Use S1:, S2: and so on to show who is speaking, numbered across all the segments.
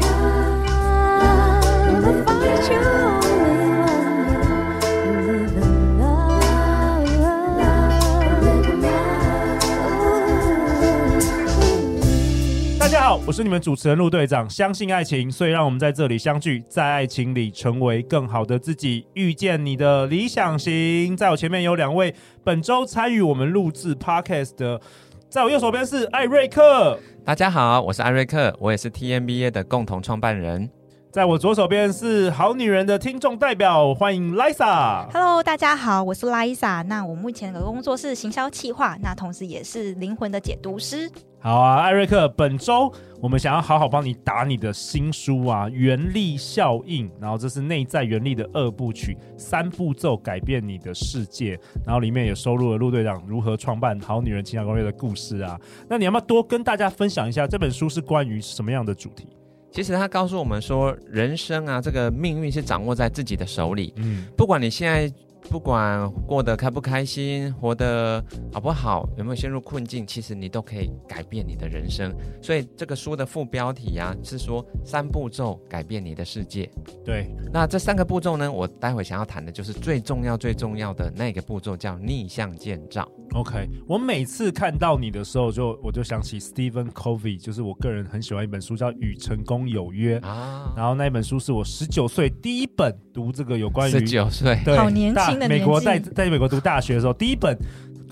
S1: Love, find your only one. Live in love, live in love.
S2: 大家好，我是你们主持人陆队长。相信爱情，所以让我们在这里相聚，在爱情里成为更好的自己，遇见你的理想型。在我前面有两位本周参与我们录制 podcast 的，在我右手边是艾瑞克，
S3: 大家好，我是艾瑞克，我也是 TMBA 的共同创办人。
S2: 在我左手边是好女人的听众代表，欢迎 Lisa。
S4: Hello，大家好，我是 Lisa。那我目前的工作是行销企划，那同时也是灵魂的解读师。
S2: 好啊，艾瑞克，本周我们想要好好帮你打你的新书啊，《原力效应》，然后这是内在原力的二部曲，三步骤改变你的世界，然后里面也收录了陆队长如何创办好女人情感攻略的故事啊。那你要不要多跟大家分享一下这本书是关于什么样的主题？
S3: 其实他告诉我们说，人生啊，这个命运是掌握在自己的手里。
S2: 嗯，
S3: 不管你现在不管过得开不开心，活得好不好，有没有陷入困境，其实你都可以改变你的人生。所以这个书的副标题呀、是说三步骤改变你的世界。
S2: 对，
S3: 那这三个步骤呢，我待会想要谈的就是最重要最重要的那个步骤，叫逆向建造。
S2: OK，我每次看到你的时候就，我就想起 Stephen Covey，就是我个人很喜欢一本书叫《与成功有约》，
S3: 啊，
S2: 然后那一本书是我十九岁第一本读这个有关
S3: 十
S2: 于
S3: 九岁，
S2: 对
S4: 好年轻的
S2: 大
S4: 年纪
S2: 美国在在美国读大学的时候，第一本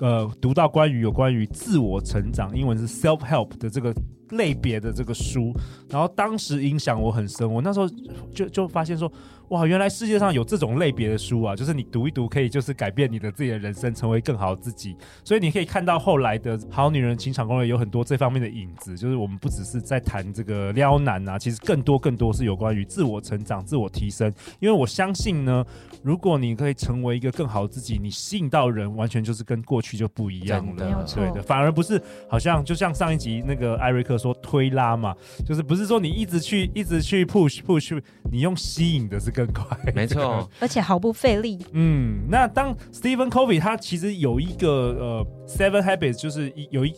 S2: 呃读到关于有关于自我成长，英文是 self help 的这个类别的这个书，然后当时影响我很深，我那时候就就发现说，哇，原来世界上有这种类别的书啊，就是你读一读可以就是改变你的自己的人生，成为更好的自己。所以你可以看到后来的《好女人情场攻略》有很多这方面的影子，就是我们不只是在谈这个撩男啊，其实更多更多是有关于自我成长、自我提升。因为我相信呢，如果你可以成为一个更好的自己，你吸引到人，完全就是跟过去就不一样
S3: 真的
S2: 了
S3: 没有。
S4: 错
S2: 对的，反而不是好像就像上一集那个艾瑞克说推拉嘛，就是不是说你一直去一直去 push push，你用吸引的是更快。
S3: 没错。
S4: 而且毫不费力。
S2: 嗯，那当 Stephen Covey 他其实有一个呃 Seven Habits，就是一有一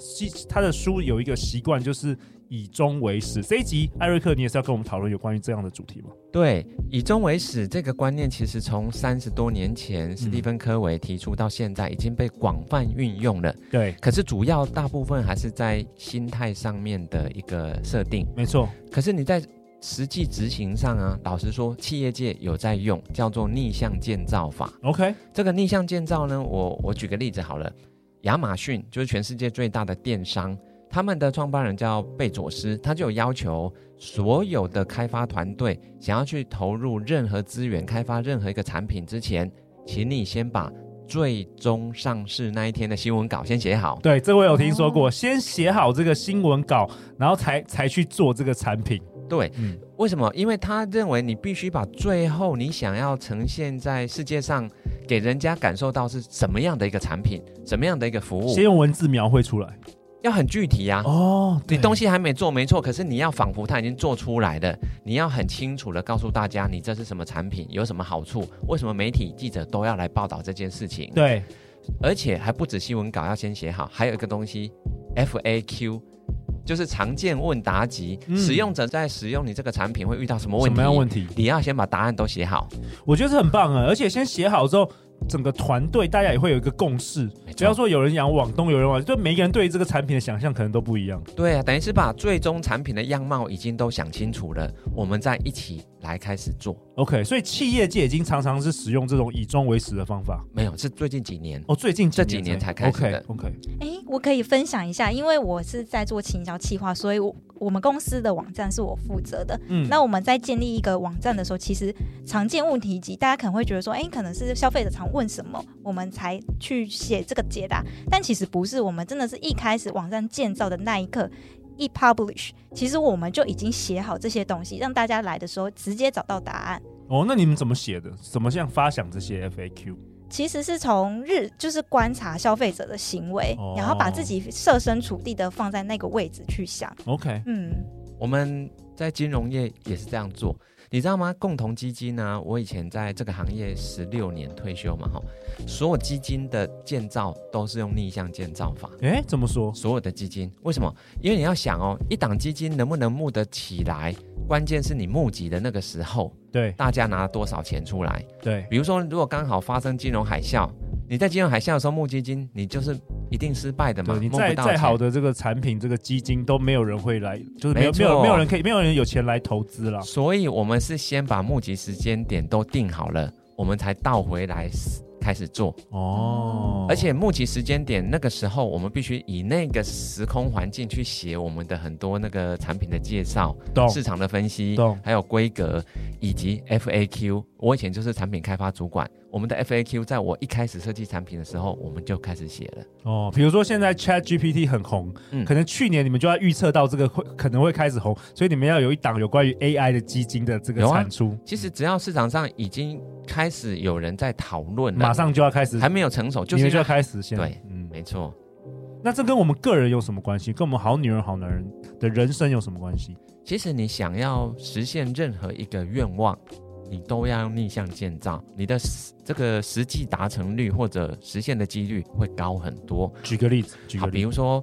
S2: 他的书有一个习惯就是以终为始。这一集艾瑞克，你也是要跟我们讨论有关于这样的主题吗？
S3: 对，以终为始这个观念，其实从三十多年前史蒂芬科维提出到现在，已经被广泛运用了。
S2: 对，
S3: 可是主要大部分还是在心态上面的一个设定。
S2: 没错，
S3: 可是你在实际执行上啊，老实说，企业界有在用，叫做逆向建造法。
S2: OK，
S3: 这个逆向建造呢，我我举个例子好了，亚马逊就是全世界最大的电商，他们的创办人叫贝佐斯，他就有要求所有的开发团队想要去投入任何资源开发任何一个产品之前，请你先把最终上市那一天的新闻稿先写好。
S2: 对，这我有听说过，先写好这个新闻稿，然后才才去做这个产品。
S3: 对，
S2: 嗯，
S3: 为什么？因为他认为你必须把最后你想要呈现在世界上给人家感受到是什么样的一个产品，什么样的一个服务
S2: 先，用文字描绘出来。
S3: 要很具体啊呀、
S2: 哦，
S3: 你
S2: 对，
S3: 东西还没做，没错，可是你要仿佛它已经做出来了，你要很清楚的告诉大家，你这是什么产品，有什么好处，为什么媒体记者都要来报道这件事情？，
S2: 对，
S3: 而且还不止新闻稿要先写好，还有一个东西，FAQ，就是常见问答集，
S2: 嗯
S3: 使用者在使用你这个产品会遇到什么问
S2: 什
S3: 题？
S2: 么样问题？
S3: 你要先把答案都写好，
S2: 我觉得这很棒啊，而且先写好之后，整个团队大家也会有一个共识。
S3: 没
S2: 只要说有人养往东，有人往西，就每个人对于这个产品的想象可能都不一样。
S3: 对啊，等于是把最终产品的样貌已经都想清楚了，我们再一起来开始做。
S2: OK，所以企业界已经常常是使用这种以终为始的方法。
S3: 没有，是最近几年。
S2: 哦，最近
S3: 这几年才开始的
S2: OK，OK，、
S4: 诶，我可以分享一下，因为我是在做行销企划，所以我我们公司的网站是我负责的。
S2: 嗯
S4: 那我们在建立一个网站的时候，其实常见问题集，大家可能会觉得说，诶，可能是消费者常问什么，我们才去写这个解答。但其实不是，我们真的是一开始网站建造的那一刻。一 publish，其实我们就已经写好这些东西，让大家来的时候直接找到答案。
S2: 哦，那你们怎么写的？怎么像发想这些 FAQ？
S4: 其实是从日就是观察消费者的行为，
S2: 哦
S4: 然后把自己设身处地的放在那个位置去想。
S2: OK，
S4: 嗯，
S3: 我们在金融业也是这样做。你知道吗？共同基金呢、啊我以前在这个行业十六年退休嘛，哈，所有基金的建造都是用逆向建造法。
S2: 哎，怎么说？
S3: 所有的基金。为什么？因为你要想哦，一档基金能不能募得起来，关键是你募集的那个时候，
S2: 对
S3: 大家拿多少钱出来。
S2: 对
S3: 比如说，如果刚好发生金融海啸，你在金融海啸的时候募基金，你就是一定失败的嘛，
S2: 对，你
S3: 募
S2: 再
S3: 不到
S2: 再
S3: 钱。
S2: 好的这个产品、这个基金都没有人会来，就是没有
S3: 没
S2: 没有
S3: 错
S2: 没有人可以，没有人有钱来投资了。
S3: 所以我们是先把募集时间点都定好了，我们才倒回来开始做。
S2: 哦，
S3: 而且募集时间点那个时候，我们必须以那个时空环境去写我们的很多那个产品的介绍、
S2: 懂
S3: 市场的分析
S2: 懂，
S3: 还有规格以及 FAQ。我以前就是产品开发主管，我们的 FAQ 在我一开始设计产品的时候，我们就开始写了。
S2: 哦，比如说现在 Chat GPT 很红，
S3: 嗯
S2: 可能去年你们就要预测到这个会可能会开始红，所以你们要有一档有关于 AI 的基金的这个
S3: 有啊
S2: 产出，
S3: 其实只要市场上已经开始有人在讨论了，
S2: 马上就要开始，
S3: 还没有成熟，就
S2: 你们
S3: 是因
S2: 就
S3: 为
S2: 要开始先
S3: 对
S2: 嗯，
S3: 没错。
S2: 那这跟我们个人有什么关系？跟我们好女人、好男人的人生有什么关系？
S3: 其实你想要实现任何一个愿望，你都要用逆向建造，你的实这个实际达成率或者实现的几率会高很多。
S2: 举个例子，举
S3: 好，
S2: 个
S3: 比
S2: 例子，
S3: 如说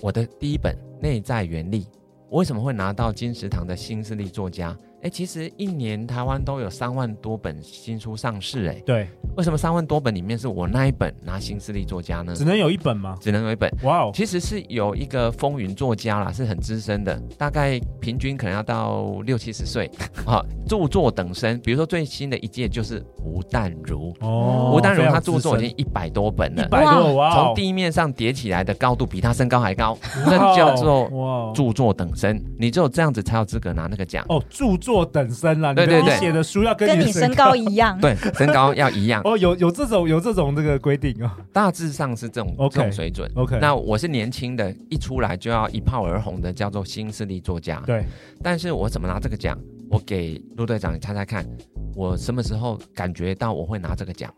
S3: 我的第一本《内在原力》，我为什么会拿到金石堂的新势力作家？哎，其实一年台湾都有三万多本新书上市，哎，
S2: 对，
S3: 为什么三万多本里面是我那一本拿新势力作家呢
S2: 只？能有一本吗？
S3: 只能有一本。
S2: 哇哦，
S3: 嗯其实是有一个风云作家啦，是很资深的，大概平均可能要到六七十岁，啊，著作等身。比如说最新的一届就是吴淡如，
S2: 哦，
S3: 吴淡如
S2: 非常
S3: 他著作已
S2: 资
S3: 经一百多本
S2: 深一
S3: 了，
S2: 百多，哇哦，
S3: 从地面上叠起来的高度比他身高还高，
S2: 哇哦
S3: 那叫做
S2: 哇哦
S3: 著作等身。你只有这样子才有资格拿那个奖。
S2: 哦，著作等身啦，你
S3: 对
S2: 的
S3: 对
S2: 你
S3: 对
S2: 写的书要跟
S4: 跟
S2: 你
S4: 你
S2: 的
S4: 身高一样。
S3: 对，身高要一样，
S2: 哦，有有这种有这种这个规定啊
S3: 大致上是这种这
S2: OK
S3: 种水准。
S2: ，OK，
S3: 那我是年轻的，一出来就要一炮而红的，叫做新势力作家。
S2: 对，
S3: 但是我怎么拿这个奖？我给陆队长，你猜猜看，我什么时候感觉到我会拿这个奖？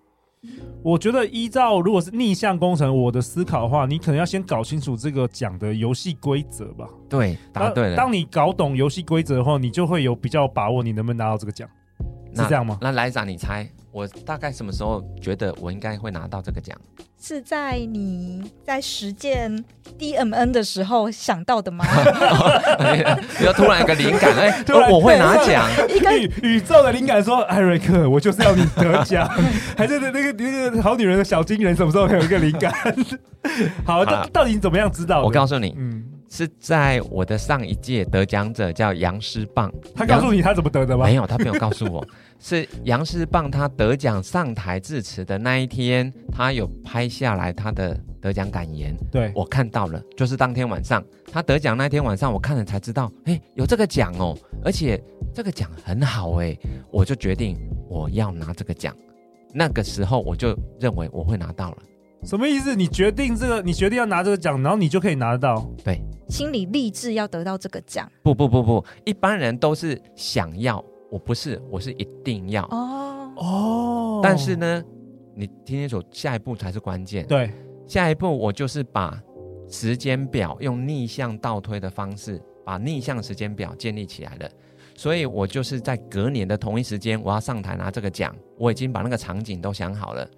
S2: 我觉得依照如果是逆向工程，我的思考的话，你可能要先搞清楚这个讲的游戏规则吧。
S3: 对，答
S2: 那
S3: 对了。
S2: 当你搞懂游戏规则后，你就会有比较有把握，你能不能拿到这个奖，是
S3: 那
S2: 这样 吗？
S3: 那莱长，你猜我大概什么时候觉得我应该会拿到这个奖？
S4: 是在你在实践 DMN 的时候想到 的吗？
S3: 比如突然有个灵感，哎、
S2: 突然
S3: 我会拿奖。
S2: 宇宇宙的灵感说：“艾瑞克，我就是要你得奖。”还是那个那个好女人的小金人什么时候有一个灵感？好，
S3: 啦
S2: 到到底你怎么样知道的？
S3: 啊我告诉你，
S2: 嗯，
S3: 是在我的上一届得奖者叫杨诗棒，
S2: 他告诉你他怎么得的吗
S3: 没？有，他没有告诉我， 是杨世棒他得奖上台致辞的那一天，他有拍下来他的得奖感言，
S2: 对，
S3: 我看到了，就是当天晚上他得奖那天晚上，我看了才知道，哎，有这个奖哦，而且这个奖很好哎，我就决定我要拿这个奖。那个时候我就认为我会拿到了，
S2: 什么意思？你决定这个，你决定要拿这个奖，然后你就可以拿得到。
S4: 心里励志要得到这个奖
S3: 不不不不，一般人都是想要，我不是，我是一定要。
S4: 哦，
S2: 哦
S3: 但是呢，你听清楚，下一步才是关键。
S2: 对，
S3: 下一步我就是把时间表用逆向倒推的方式，把逆向时间表建立起来了。所以我就是在隔年的同一时间，我要上台拿这个奖，我已经把那个场景都想好了。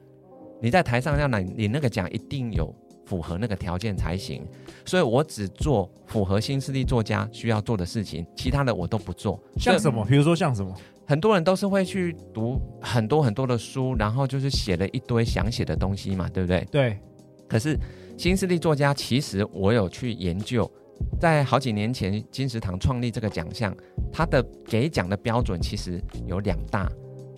S3: 你在台上要拿领那个奖，一定有符合那个条件才行。所以我只做符合新势力作家需要做的事情，其他的我都不做。
S2: 像
S3: 所以
S2: 什么？比如说像什么？
S3: 很多人都是会去读很多很多的书，然后就是写了一堆想写的东西嘛，对不对？
S2: 对，
S3: 可是新势力作家，其实我有去研究，在好几年前金石堂创立这个奖项，它的给奖的标准其实有两大，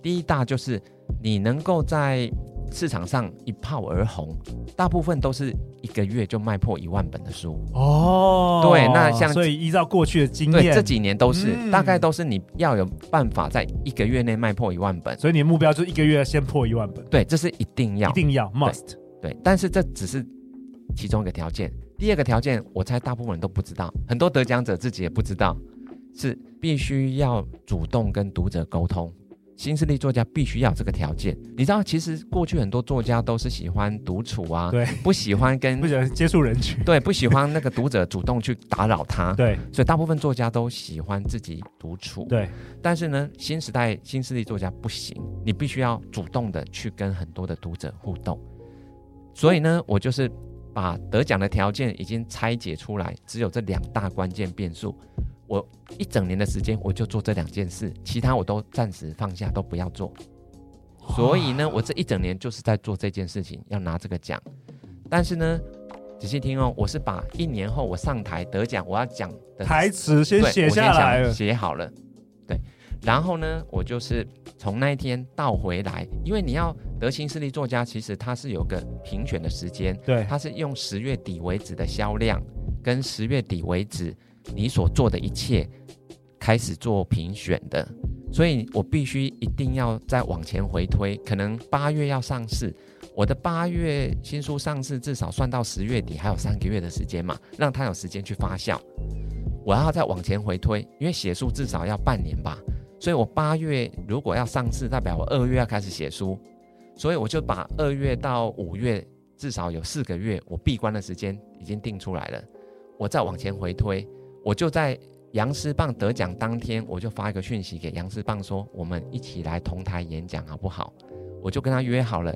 S3: 第一大就是你能够在市场上一炮而红，大部分都是一个月就卖破一万本的书，
S2: 哦
S3: 对那像
S2: 所以依照过去的经
S3: 对，
S2: 验，
S3: 这几年都是，
S2: 嗯
S3: 大概都是你要有办法在一个月内卖破一万本，
S2: 所以你的目标就是一个月先破一万本，
S3: 对，这是一定要
S2: 一，定要 must。
S3: 对，但是这只是其中一个条件。第二个条件，我猜大部分人都不知道，很多得奖者自己也不知道，是必须要主动跟读者沟通。新势力作家必须要有这个条件。你知道，其实过去很多作家都是喜欢独处啊，
S2: 对，
S3: 不喜欢跟
S2: 不喜欢接触人群，
S3: 对不喜欢那个读者主动去打扰他，
S2: 对
S3: 所以大部分作家都喜欢自己独处。
S2: 对，
S3: 但是呢，新时代新势力作家不行，你必须要主动的去跟很多的读者互动。所以呢，我就是把得奖的条件已经拆解出来，只有这两大关键变数。我一整年的时间，我就做这两件事，其他我都暂时放下，都不要做。所以呢，我这一整年就是在做这件事情，要拿这个奖。但是呢，仔细听哦，我是把一年后我上台得奖，我要讲的
S2: 台词先
S3: 对，
S2: 写下来
S3: 我先想
S2: 了，
S3: 写好了。对，然后呢，我就是从那一天倒回来，因为你要得新势力作家，其实它是有个评选的时间，
S2: 对
S3: 它是用十月底为止的销量，跟十月底为止你所做的一切开始做评选的。所以我必须一定要再往前回推，可能八月要上市，我的八月新书上市至少算到十月底，还有三个月的时间嘛，让它有时间去发酵。我要再往前回推，因为写书至少要半年吧，所以我八月如果要上市，代表我二月要开始写书，所以我就把二月到五月至少有四个月我闭关的时间已经定出来了。我再往前回推，我就在杨师棒得奖当天，我就发一个讯息给杨师棒说，我们一起来同台演讲好不好？我就跟他约好了，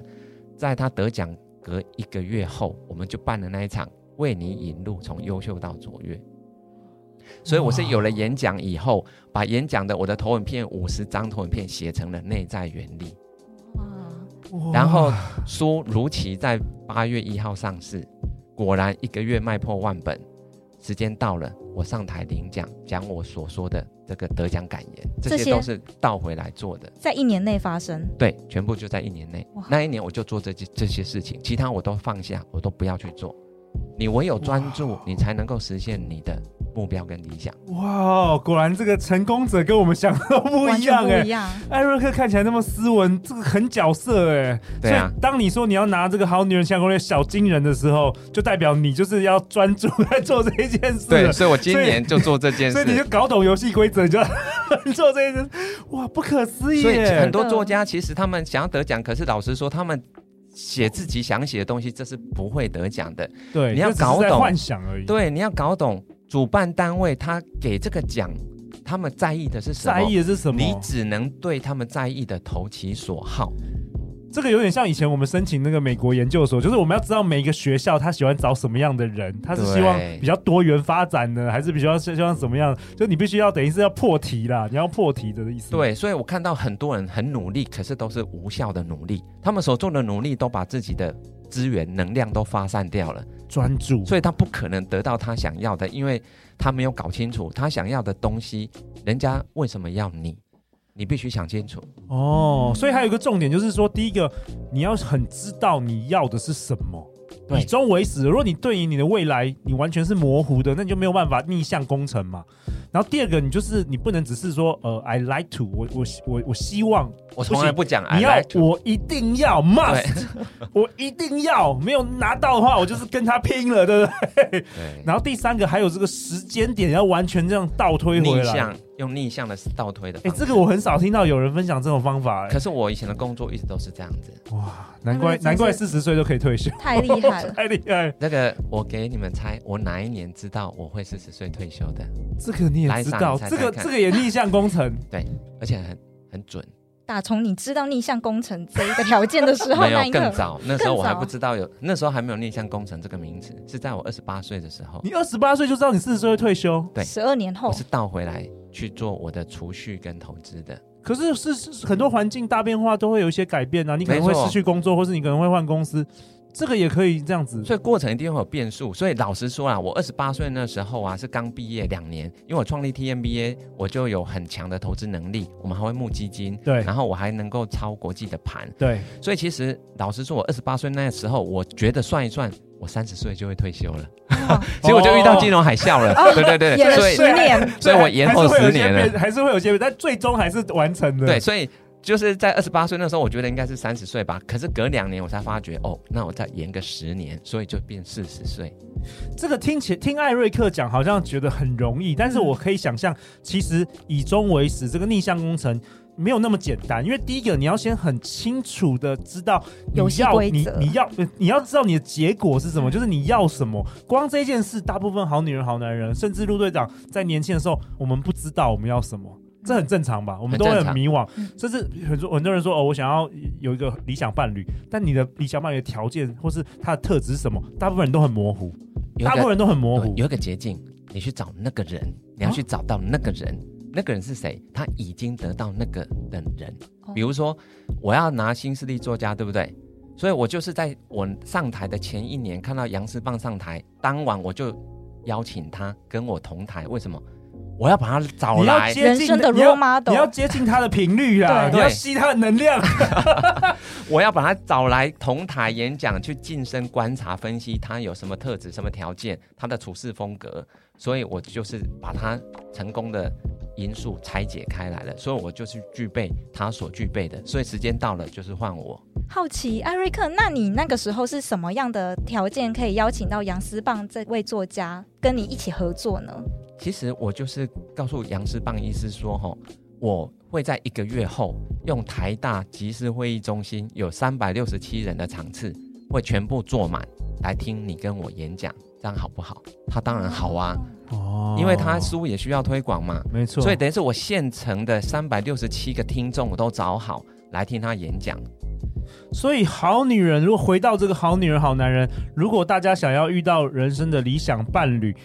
S3: 在他得奖隔一个月后，我们就办了那一场为你引路，从优秀到卓越。所以我是有了演讲以后，把演讲的我的投影片五十张投影片写成了内在原理，
S2: 哇
S3: 然后书如期在八月一号上市，果然一个月卖破万本。时间到了，我上台领奖，讲我所说的这个得奖感言，这
S4: 这
S3: 些
S4: 些
S3: 都是倒回来做的。
S4: 在一年内发生，
S3: 对，全部就在一年内
S4: 哇。
S3: 那一年我就做这些这些事情，其他我都放下，我都不要去做。你唯有专注，你才能够实现你的目标跟理想。
S2: 哇哦，果然这个成功者跟我们想的都不
S4: 完
S2: 一
S4: 全
S2: 样哎
S4: 不一。样。
S2: 艾瑞克看起来那么斯文，这个很角色哎、
S3: 对啊
S2: 所以当你说你要拿这个《好女人相攻略》小金人的时候，就代表你就是要专注在做这一件事了。
S3: 所以我今
S2: 所以
S3: 年就做这件
S2: 所以你就搞懂游戏规则，你就 做这一件事，哇，不可思议
S3: 所以
S2: 耶！
S3: 很多作家其实他们想要得奖，可是老实说，他们写自己想写的东西，这是不会得奖的。
S2: 对，
S3: 你要
S2: 这只是在
S3: 搞懂
S2: 幻想而已。，
S3: 对，你要搞懂主办单位他给这个奖，他们在意的是什么？
S2: 在意的是什么？
S3: 你只能对他们在意的投其所好。
S2: 这个有点像以前我们申请那个美国研究所，就是我们要知道每一个学校他喜欢找什么样的人，他是希望
S3: 对
S2: 比较多元发展呢，还是比较希望怎么样？就你必须要等于是要破题啦，你要破题的意思。，
S3: 对，所以我看到很多人很努力，可是都是无效的努力。他们所做的努力都把自己的资源、能量都发散掉了，
S2: 专注。
S3: 所以他不可能得到他想要的，因为他没有搞清楚他想要的东西，人家为什么要你？你必须想清楚。
S2: 哦，所以还有一个重点就是说，第一个你要很知道你要的是什么。
S3: 对
S2: 以终为始。如果你对于你的未来你完全是模糊的，那你就没有办法逆向工程嘛。然后第二个，你就是你不能只是说呃，I like to，我我我我希望
S3: 我从来不讲
S2: 你
S3: I
S2: 要
S3: like to，
S2: 我一定要 must，我一定要没有拿到的话，我就是跟他拼了，对不对？
S3: 对，
S2: 然后第三个还有这个时间点要完全这样倒推回
S3: 逆
S2: 来。
S3: 向用逆向的倒推的
S2: 哎、
S3: 方式。
S2: 这个我很少听到有人分享这种方法、
S3: 可
S2: 哎，
S3: 是我以前的工作一直都是这样子。
S2: 哇，难怪
S4: 他们真是
S2: 难怪四十岁就可以退休，
S4: 太厉害 了！
S2: 太厉害！
S3: 那个我给你们猜，我哪一年知道我会四十岁退休的？
S2: 这个你也
S3: 来
S2: 知
S3: 上
S2: 道，
S3: 你猜
S2: 这个
S3: 猜看
S2: 这个也逆向工程，
S3: 而且很很准。
S4: 打从你知道逆向工程这一个条件的时候，
S3: 没有
S4: 那一
S3: 更
S4: 刻，
S3: 早，那时候我还
S4: 更早
S3: 不知道有，那时候还没有逆向工程这个名词，是在我二十八岁的时候，
S2: 你二十八岁就知道你四十岁会退休，
S3: 对
S4: 十二年
S2: 哦
S4: 后
S3: 我是倒回来去做我的储蓄跟投资的。
S2: 可是是是很多环境大变化都会有一些改变啊，你可能会
S3: 没错
S2: 失去工作，或是你可能会换公司，这个也可以这样子。
S3: 所以过程一定会有变数。所以老实说啊，我二十八岁那时候啊是刚毕业两年，因为我创立 TMBA，我就有很强的投资能力，我们还会募基金，
S2: 对
S3: 然后我还能够抄国际的盘。
S2: 对，
S3: 所以其实老实说，我二十八岁那时候，我觉得算一算，我三十岁就会退休了，结
S2: 哦
S3: 果就遇到金融海啸了。对 对对，
S4: 演了
S3: 所以
S4: 十年，
S3: 所以我延后十年了。
S2: 还是会有些变，但最终还是完成的。
S3: 对，，所以就是在二十八岁那时候，我觉得应该是三十岁吧。可是隔两年我才发觉，哦，那我再延个十年，所以就变四十岁。
S2: 这个听起听艾瑞克讲，好
S4: 嗯
S2: 像觉得很容易，但是我可以想象，其实以终为始，这个逆向工程。没有那么简单，因为第一个你要先很清楚的知道你
S4: 游戏
S2: 要
S4: 规
S2: 你
S4: 则
S2: 你要呃你要知道你的结果是什么，
S4: 嗯
S2: 就是你要什么。光这件事，大部分好女人、好男人，甚至陆队长在年轻的时候，我们不知道我们要什么。这很正常吧？我们
S3: 很
S2: 都会
S3: 正
S2: 很
S3: 常
S2: 迷惘
S4: 嗯，
S2: 甚至很多很多人说哦，我想要有一个理想伴侣，但你的理想伴侣的条件或是他的特质是什么，大部分人都很模糊，
S3: 有
S2: 大
S3: 一
S2: 部分
S3: 个
S2: 人都很模
S3: 对
S2: 糊。
S3: 有一个捷径，你去找那个人，你要去找到那个人，那个人是谁？他已经得到那个的人
S4: 哦。
S3: 比如说，我要拿新势力作家，对不对？所以我就是在我上台的前一年看到杨思棒上台，当晚我就邀请他跟我同台。为什么？我要把他找
S2: 你要
S3: 来。
S2: 接
S4: 人
S2: 近
S4: 生的
S2: 你
S4: role
S2: 要
S4: model，
S2: 你要接近他的频率啦，
S4: 对
S2: 你要吸他的能量。
S3: 我要把他找来同台演讲，去近身观察分析他有什么特质、什么条件，他的处事风格，所以我就是把他成功的因素拆解开来了，所以我就是具备他所具备的，所以时间到了就是换我。
S4: 好奇，艾瑞克，那你那个时候是什么样的条件可以邀请到杨思棒这位作家跟你一起合作呢？
S3: 其实我就是告诉杨世棒医师说，吼，我会在一个月后用台大集思会议中心有三百六十七人的场次，会全部坐满来听你跟我演讲，这样好不好？他当然好啊。
S2: 哦
S3: 因为他书也需要推广嘛，
S2: 没错，
S3: 所以等于是我现成的三百六十七个听众我都找好来听他演讲。
S2: 所以好女人，如果回到这个好女人好男人，如果大家想要遇到人生的理想伴侣，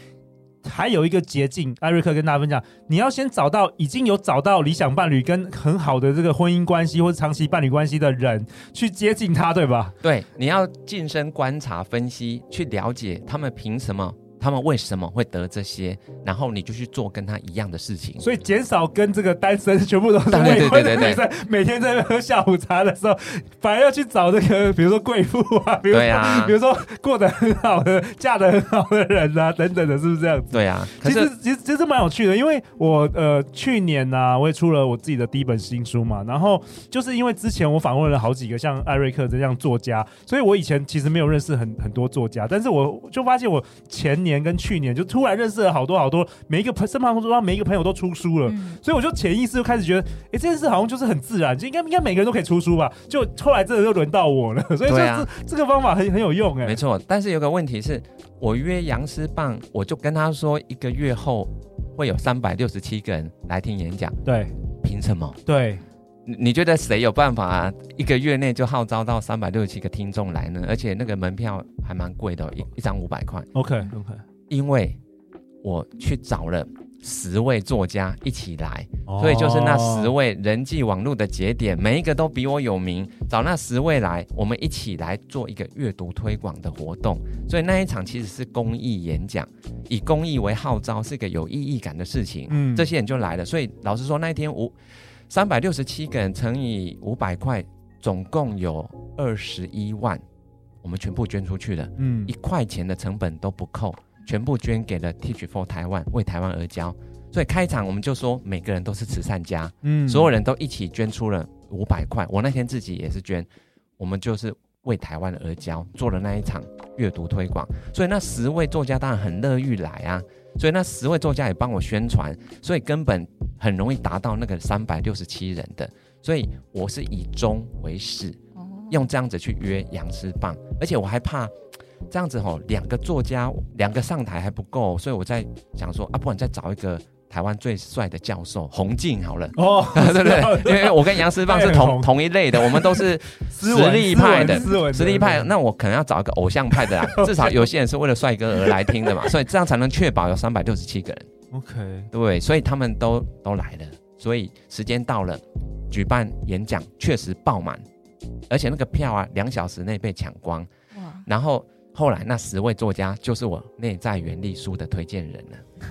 S2: 还有一个捷径，艾瑞克跟大家分享，你要先找到已经有找到理想伴侣跟很好的这个婚姻关系或者长期伴侣关系的人去接近他，对吧？
S3: 对，你要近身观察、分析，去了解他们凭什么，他们为什么会得这些，然后你就去做跟他一样的事情。
S2: 所以减少跟这个单身全部都是
S3: 对
S2: 未
S3: 对
S2: 婚
S3: 对
S2: 的
S3: 对
S2: 女生每天在那边喝下午茶的时候，反而要去找那个比如说贵妇啊，比如说、
S3: 对啊
S2: 比如说过得很好的、嫁得很好的人啊等等的，是不是这样子？
S3: 对啊，可
S2: 其实
S3: 是
S2: 其实其实蛮有趣的，因为我呃去年呢、我也出了我自己的第一本新书嘛，然后就是因为之前我访问了好几个像艾瑞克这样作家，所以我以前其实没有认识很很多作家，但是我就发现我前年跟去年就突然认识了好多好多，每一个朋身旁都每一个朋友都出书了，
S4: 嗯，
S2: 所以我就潜意识就开始觉得，哎、这件事好像就是很自然，就应该应该每个人都可以出书吧，就后来真的就轮到我了， 所以就
S3: 对
S2: 是、
S3: 啊
S2: 这个方法很很有用哎、
S3: 没错，但是有个问题是，我约杨思棒，我就跟他说一个月后会有三百六十七个人来听演讲，
S2: 对
S3: 凭什么？
S2: 对，
S3: 你你觉得谁有办法、一个月内就号召到三百六十七个听众来呢？而且那个门票还蛮贵的哦，一一张五百块。
S2: OK OK，
S3: 因为我去找了十位作家一起来，
S2: 哦
S3: 所以就是那十位人际网络的节点，每一个都比我有名。找那十位来，我们一起来做一个阅读推广的活动。所以那一场其实是公益演讲，以公益为号召，是一个有意义感的事情。
S2: 嗯
S3: 这些人就来了。所以老实说，那一天五三百六十七个人乘以五百块，总共有二十一万，我们全部捐出去了，
S2: 嗯
S3: 一块钱的成本都不扣，全部捐给了 Teach for 台湾，为台湾而教。所以开场我们就说，每个人都是慈善家，
S2: 嗯
S3: 所 有人都一起捐出了五百块。我那天自己也是捐，我们就是为台湾而教，做了那一场阅读推广。所以那十位作家当然很乐于来啊，所以那十位作家也帮我宣传，所以根本很容易达到那个三百六十七人的。所以我是以终为始，用这样子去约杨师棒，而且我还怕。这样子吼、两个作家，两个上台还不够，所以我在想说啊，不然再找一个台湾最帅的教授洪静好了。，
S2: 哦
S3: 对对对，因为我跟杨思棒是
S2: 太红
S3: 同同一类的，我们都 是
S2: 斯
S3: 实
S2: 文
S3: 力派的，
S2: 斯文斯文
S3: 实力派。那我可能要找一个偶像派 的啦，至少有些人是为了帅哥而来听的嘛，所以这样才能确保有三百六十七个人，
S2: OK，
S3: 对，所以他们都都来了，所以时间到了，举办演讲确实爆满，而且那个票啊，两小时内被抢光，
S4: 哇，
S3: 然后后来那十位作家就是我内在原力书的推荐人了。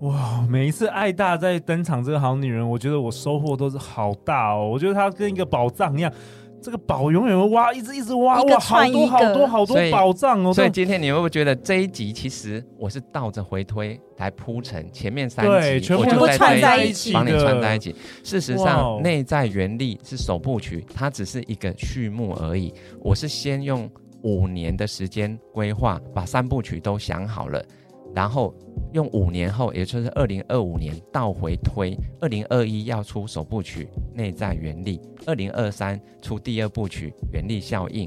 S2: 哇，每一次艾大在登场这个好女人，我觉得我收获都是好大哦。我觉得她跟一个宝藏一样，这个宝永远会挖，一直一直挖，
S4: 一个
S2: 哇，好
S4: 串
S2: 多
S4: 一个
S2: 好多好
S3: 所
S2: 多
S3: 以
S2: 宝藏哦。
S3: 所以
S2: 这
S3: 今天你会不会觉得这一集其实我是倒着回推来铺陈前面三
S2: 对，
S3: 集，
S2: 全部
S3: 我
S4: 全
S3: 就
S4: 部
S3: 在
S4: 串
S3: 这
S4: 在
S3: 一
S4: 一起
S3: 帮你串在一
S2: 起
S3: 起。事实
S2: 哇哦
S3: 上，内在原力是首部曲，它只是一个序幕而已。我是先用五年的时间规划，把三部曲都想好了。然后用五年后，也就是二零二五年倒回推，二零二一要出首部曲《内在原力》，二零二三出第二部曲《原力效应》，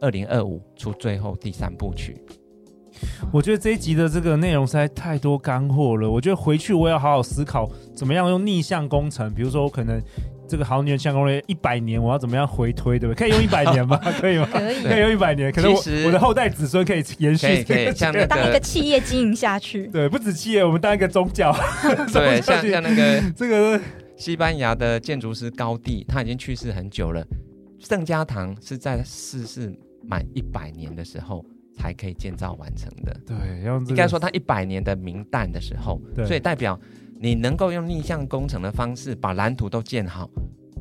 S3: 二零二五出最后第三部曲。
S2: 我觉得这一集的这个内容实在太多干货了，我觉得回去我要好好思考怎么样用逆向工程，比如说我可能这个好女人向攻略一百年，我要怎么样回推，对不对？可以用一百年吗？ 可以吗？
S4: 可以
S2: 可以用一百年，可能我
S3: 其实
S2: 我的后代子孙可以延
S3: 可以
S2: 续
S3: 可以
S2: 这个
S3: 像
S2: 这
S3: 那
S2: 个。
S4: 当一个企业经营下去
S2: 对，不止企业，我们当一个宗教，
S3: 对，
S2: 什么
S3: 像
S2: 东西
S3: 像那个
S2: 这个
S3: 西班牙的建筑师高地，他已经去世很久了。圣家堂是在逝世满一百年的时候才可以建造完成的。
S2: 对，要用这个
S3: 应该说他一百年的明旦的时候，
S2: 对
S3: 所以代表你能够用逆向工程的方式把蓝图都建好，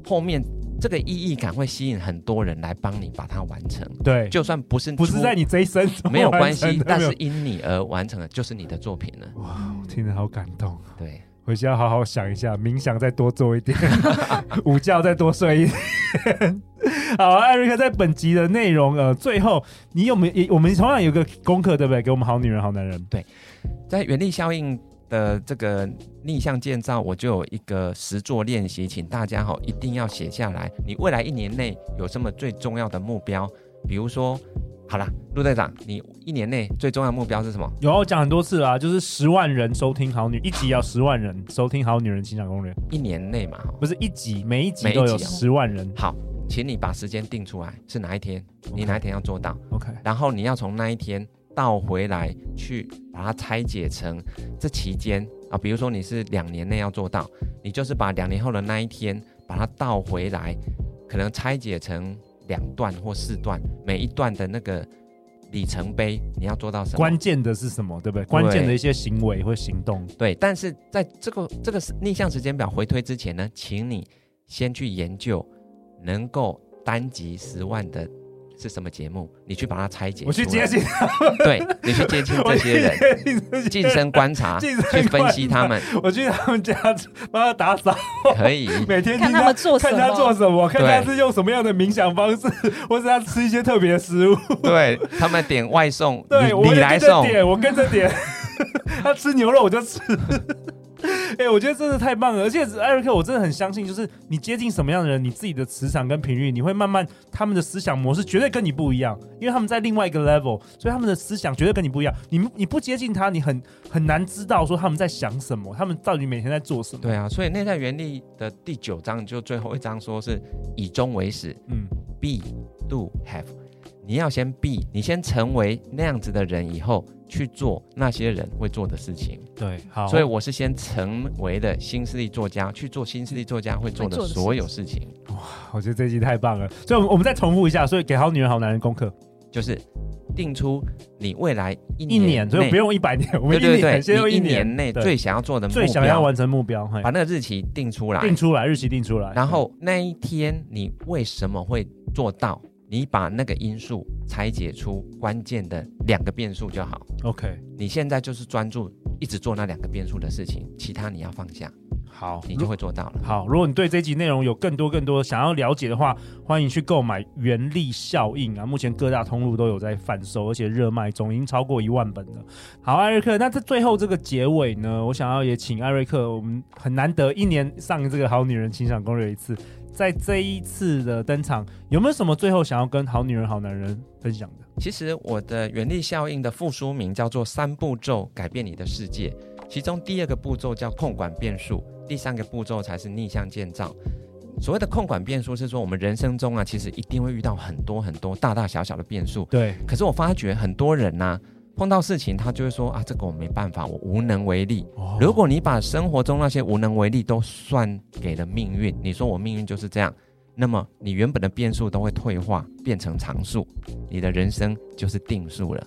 S3: 后面这个意义感会吸引很多人来帮你把它完成。
S2: 对，
S3: 就算不是
S2: 不是
S3: 出
S2: 在你这一生中
S3: 没有 关
S2: 完成
S3: 系，
S2: 的
S3: 但
S2: 没有
S3: 是因你而完成的就是你的作品了。
S2: 哇，我听得好感动。
S3: 对，
S2: 回去要好好想一下，冥想再多做 一点，午觉再多睡一点。好，艾瑞克在本集的内容，呃，最后你有没有也？我们同样有一个功课，对不对？给我们好女人、好男人。
S3: 在原力效应的这个逆向建造，我就有一个实作练习，请大家哈一定要写下来。你未来一年内有什么最重要的目标？比如说，好啦，陆队长，你一年内最重要的目标是什么？
S2: 有啊我讲很多次啦、就是十万人收听好女一集，要十万人收听好女人情感攻略，
S3: 一年内嘛，哈
S2: 不是一集，每一集
S3: 每一
S2: 都有
S3: 集哦
S2: 十万人。
S3: 好，请你把时间定出来，是哪一天？你哪一天要做到？
S2: OK，
S3: 然后你要从那一天倒回来去把它拆解成这期间啊，比如说你是两年内要做到，你就是把两年后的那一天把它倒回来，可能拆解成两段或四段，每一段的那个里程碑你要做到什么？
S2: 关键的是什么？对不对？关键的一些行为或行动。
S3: 对，但是在这个这个是逆向时间表回推之前呢，请你先去研究能够单集十万的是什么节目，你去把它拆解。
S2: 我去接，近，
S3: 对你去 接近这些人，
S2: 我去接近这些
S3: 近身观察，
S2: 近身
S3: 去分析
S2: 观察
S3: 他们，
S2: 我去他们家帮他打扫，
S3: 可以。
S2: 每天
S4: 看
S2: 听
S4: 他们做什
S2: 看他做
S4: 么，
S2: 什么，看
S3: 对
S2: 他是用什么样的冥想方式， 或是他吃一些特别的食物。
S3: 对他们点外送，
S2: 对，我
S3: 你你
S2: 也跟
S3: 来
S2: 着
S3: 送，
S2: 点，我跟着点。 他吃牛肉我就吃。 哎、我觉得真的太棒了，而且艾瑞克，我真的很相信，就是你接近什么样的人，你自己的磁场跟频率，你会慢慢他们的思想模式绝对跟你不一样，因为他们在另外一个 level，所以他们的思想绝对跟你不一样。你你不接近他，你很很难知道说他们在想什么，他们到底每天在做什么。
S3: 对啊，所以内在原力的第九章就最后一章说是以终为始
S2: 嗯，
S3: ，be do have，你要先 be，你先成为那样子的人，以后去做那些人会做的事情。
S2: 对，好，
S3: 所以我是先成为了新势力作家，去做新势力作家会做
S4: 会做
S3: 的
S4: 的
S3: 所有事情，
S2: 我觉得这一集太棒了，所以，我们我们再重复一下，所以给好女人、好男人功课，
S3: 就是定出你未来一
S2: 一年，所以
S3: 内
S2: 不用一百年，我们
S3: 对
S2: 一
S3: 对
S2: 年，先
S3: 对，
S2: 用
S3: 你一
S2: 年
S3: 年内
S2: 对
S3: 最想要做的目标，
S2: 最想要完成目标，嘿
S3: 把那个日期定出来，
S2: 定出来，日期定出来，
S3: 然后那一天你为什么会做到？你把那个因素拆解出关键的两个变数就好。
S2: OK，
S3: 你现在就是专注一直做那两个变数的事情，其他你要放下，
S2: 好，
S3: 你就会做到了。
S2: 好，如果你对这集内容有更多更多想要了解的话，欢迎去购买《原力效应》啊，目前各大通路都有在贩售，而且热卖中，已经超过一万本了。好，艾瑞克，那这最后这个结尾呢，我想要也请艾瑞克，我们很难得一年上这个《好女人情场攻略》一次，在这一次的登场，有没有什么最后想要跟好女人、好男人分享的？
S3: 其实我的原力效应的副书名叫做“三步骤改变你的世界”，其中第二个步骤叫控管变数，第三个步骤才是逆向建造。所谓的控管变数是说，我们人生中啊，其实一定会遇到很多很多大大小小的变数。
S2: 对，
S3: 可是我发觉很多人呐、碰到事情他就会说啊，这个我没办法，我无能为力。
S2: 哦
S3: 如果你把生活中那些无能为力都算给了命运，你说我命运就是这样，那么你原本的变数都会退化变成常数，你的人生就是定数了。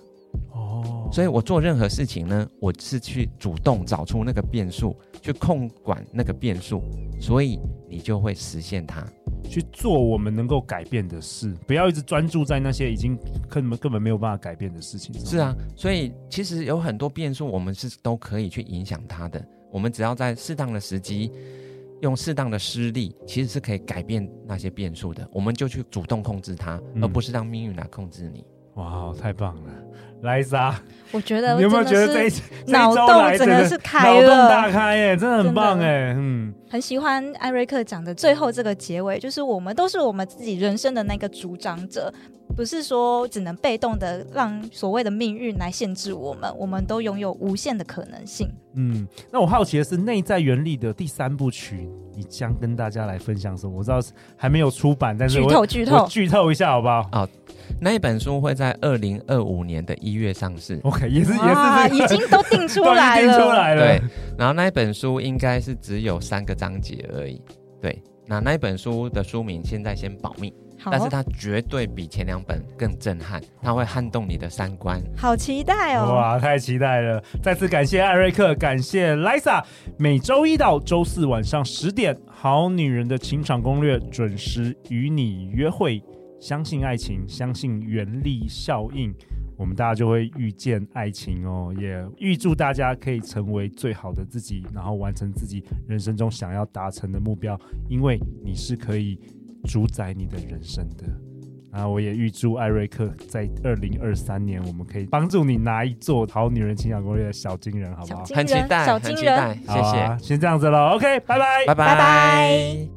S2: 哦，
S3: 所以我做任何事情呢，我是去主动找出那个变数，去控管那个变数，所以你就会实现它。
S2: 去做我们能够改变的事，不要一直专注在那些已经根本根本没有办法改变的事情上。
S3: 是，啊，所以其实有很多变数，我们是都可以去影响它的。我们只要在适当的时机，用适当的施力，其实是可以改变那些变数的。我们就去主动控制它，
S2: 嗯
S3: 而不是让命运来控制你。
S2: 哇，太棒了，莱莎，
S4: 我觉得
S2: 你有没有觉
S4: 真
S2: 得
S4: 的
S2: 这一
S4: 是
S2: 这一
S4: 脑
S2: 招
S4: 洞
S2: 来
S4: 整
S2: 真
S4: 个
S2: 的
S4: 是
S2: 脑
S4: 开
S2: 洞
S4: 了
S2: 大？开耶，真的很
S4: 真的
S2: 棒哎，嗯，
S4: 很喜欢艾瑞克讲的最后这个结尾，就是我们都是我们自己人生的那个主掌者，不是说只能被动的让所谓的命运来限制我们，我们都拥有无限的可能性。
S2: 嗯，那我好奇的是，《内在原理》的第三部曲，你将跟大家来分享什么？我知道是 还没有出版，但是
S4: 剧
S2: 我
S4: 透，剧
S2: 我
S4: 透，
S2: 剧透一下好不好
S3: 那一本书会在二零二五年的一月上市。
S2: ？OK，也是也是
S4: 啊，
S2: 这个
S4: 已经都定出
S2: 都已经
S4: 来
S2: 定
S4: 了，
S2: 出来了，
S3: 对，然后那一本书应该是只有三个章节而已。对，那那一本书的书名现在先保密，
S4: 好
S3: 但是它绝对比前两本更震撼，它会撼动你的三观。
S4: 好期待哦！
S2: 哇，太期待了！再次感谢艾瑞克，感谢 Lisa。每周一到周四晚上十点，《好女人的情场攻略》准时与你约会。相信爱情，相信原力效应，我们大家就会遇见爱情哦。也预祝大家可以成为最好的自己，然后完成自己人生中想要达成的目标，因为你是可以主宰你的人生的。啊，我也预祝艾瑞克在二零二三年，我们可以帮助你拿一座好女人情感攻略的小金人，好不
S4: 小
S2: 好？
S4: 金
S3: 很期
S4: 人，
S3: 待，
S4: 小
S3: 很
S4: 金
S3: 期
S4: 人，
S3: 待，谢
S2: 好
S3: 谢，
S2: 啊，先这样子喽，OK，拜拜
S3: 拜
S4: 拜拜